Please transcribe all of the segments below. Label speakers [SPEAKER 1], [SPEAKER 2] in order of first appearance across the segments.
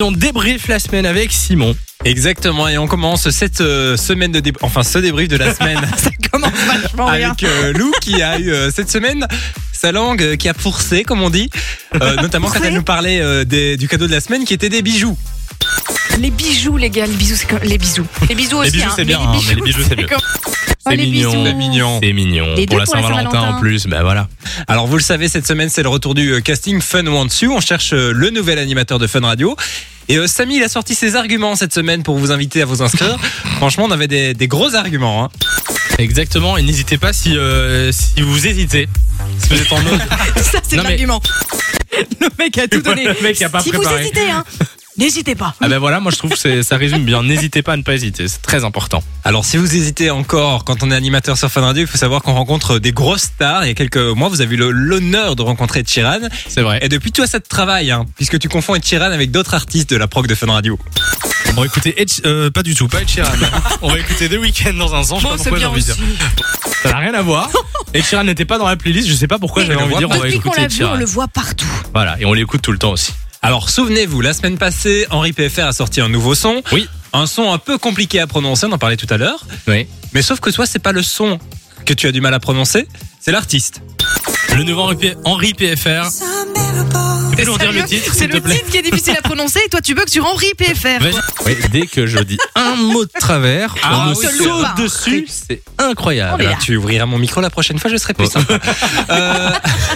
[SPEAKER 1] On débrief la semaine avec Simon.
[SPEAKER 2] Exactement, et on commence cette euh, semaine de dé- enfin ce débrief de la semaine
[SPEAKER 3] Ça commence vachement bien.
[SPEAKER 2] avec euh, Lou qui a eu euh, cette semaine sa langue euh, qui a forcé comme on dit, Euh, notamment quand
[SPEAKER 3] Fourcé
[SPEAKER 2] elle nous parlait euh, des- du cadeau de la semaine qui était des bijoux.
[SPEAKER 3] Les bijoux, les gars, les bisous, c'est comme- les bisous. Les bisous aussi.
[SPEAKER 1] bijoux,
[SPEAKER 3] hein,
[SPEAKER 1] c'est
[SPEAKER 3] mais
[SPEAKER 1] bien, hein, mais les bijoux, c'est mieux.
[SPEAKER 3] comme- Oh,
[SPEAKER 1] C'est
[SPEAKER 3] les
[SPEAKER 1] mignon.
[SPEAKER 3] bisous.
[SPEAKER 2] C'est mignon.
[SPEAKER 1] C'est mignon.
[SPEAKER 3] Les deux
[SPEAKER 1] Pour la
[SPEAKER 3] pour la
[SPEAKER 1] Saint-Valentin
[SPEAKER 3] Saint-Valentin.
[SPEAKER 1] en plus, ben voilà.
[SPEAKER 2] Alors vous le savez, cette semaine c'est le retour du euh, casting Fun Wants You. On cherche euh, le nouvel animateur de Fun Radio. Et euh, Samy, il a sorti ses arguments cette semaine pour vous inviter à vous inscrire. Franchement, on avait des, des gros arguments. hein.
[SPEAKER 1] Exactement, et n'hésitez pas si, euh, si vous hésitez. Si vous êtes en mode.
[SPEAKER 3] Ça, c'est
[SPEAKER 1] Non, mais-
[SPEAKER 3] l'argument. Le mec a tout donné.
[SPEAKER 1] le mec a pas
[SPEAKER 3] si vous
[SPEAKER 1] préparé.
[SPEAKER 3] hésitez, hein, n'hésitez pas.
[SPEAKER 1] ah ben voilà, moi je trouve que c'est- ça résume bien. N'hésitez pas à ne pas hésiter, c'est très important.
[SPEAKER 2] Alors si vous hésitez encore quand on est animateur sur Fun Radio, il faut savoir qu'on rencontre euh, des grosses stars. Il y a quelques mois, vous avez eu le- l'honneur de rencontrer Chiran.
[SPEAKER 1] C'est vrai.
[SPEAKER 2] Et depuis, toi, ça te travaille, hein, puisque tu confonds Chiran avec d'autres artistes de la prog de Fun Radio.
[SPEAKER 1] On va écouter Eh, Ed- euh, pas du tout, pas Ed Sheeran. On va écouter The Weeknd dans un sens. Je sais
[SPEAKER 3] Bon,
[SPEAKER 1] pas
[SPEAKER 3] c'est
[SPEAKER 1] pourquoi j'ai
[SPEAKER 3] bien
[SPEAKER 1] envie de
[SPEAKER 3] aussi.
[SPEAKER 1] dire. Ça n'a rien à voir. Ed Sheeran n'était pas dans la playlist. Je sais pas pourquoi
[SPEAKER 3] Mais
[SPEAKER 1] j'avais
[SPEAKER 2] on
[SPEAKER 1] envie
[SPEAKER 2] le
[SPEAKER 1] de dire.
[SPEAKER 2] voit
[SPEAKER 1] On va
[SPEAKER 3] Depuis qu'on
[SPEAKER 1] écouter
[SPEAKER 3] l'a
[SPEAKER 1] Ed
[SPEAKER 3] vu, on
[SPEAKER 1] Sheeran.
[SPEAKER 3] le voit partout.
[SPEAKER 1] Voilà, et on l'écoute tout le temps aussi.
[SPEAKER 2] Alors souvenez-vous, la semaine passée, Henri PFR a sorti un nouveau son.
[SPEAKER 1] Oui.
[SPEAKER 2] Un son un peu compliqué à prononcer, on en parlait tout à l'heure.
[SPEAKER 1] Oui.
[SPEAKER 2] Mais sauf que toi, c'est pas le son que tu as du mal à prononcer, c'est l'artiste.
[SPEAKER 1] Le nouveau Henri- Henri PFR. Tu peux nous redire le
[SPEAKER 3] Sérieux
[SPEAKER 1] titre,
[SPEAKER 3] C'est
[SPEAKER 1] s'il te
[SPEAKER 3] le
[SPEAKER 1] plaît
[SPEAKER 3] titre qui est difficile à prononcer et toi tu bugs sur Henri PFR.
[SPEAKER 1] Vas-y. Oui, dès que je dis un mot de travers,
[SPEAKER 2] Ah
[SPEAKER 1] on me
[SPEAKER 2] oui,
[SPEAKER 3] c'est
[SPEAKER 1] saute
[SPEAKER 3] vrai.
[SPEAKER 1] dessus. C'est
[SPEAKER 3] Oh,
[SPEAKER 1] incroyable.
[SPEAKER 3] mais
[SPEAKER 2] Eh ben,
[SPEAKER 3] là.
[SPEAKER 2] tu ouvriras mon micro la prochaine fois, je serai plus
[SPEAKER 1] Oh.
[SPEAKER 2] sympa. Euh,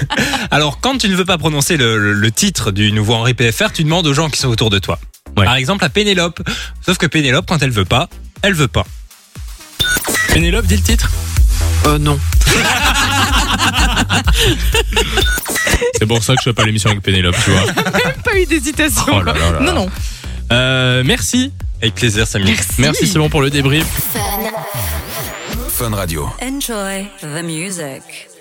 [SPEAKER 2] alors, quand tu ne veux pas prononcer le, le- le titre du nouveau Henri PFR, tu demandes aux gens qui sont autour de toi.
[SPEAKER 1] Ouais.
[SPEAKER 2] Par exemple, à Pénélope. Sauf que Pénélope, quand elle veut pas, elle veut pas.
[SPEAKER 1] Pénélope, dit le titre
[SPEAKER 3] Euh, non.
[SPEAKER 1] C'est pour ça que je fais pas l'émission avec Pénélope, tu vois.
[SPEAKER 3] Pas eu d'hésitation.
[SPEAKER 1] Oh là là là là.
[SPEAKER 3] Non, non.
[SPEAKER 1] Euh, merci.
[SPEAKER 2] Avec plaisir, Samy.
[SPEAKER 1] Merci Simon pour le débrief.
[SPEAKER 4] Enjoy the music.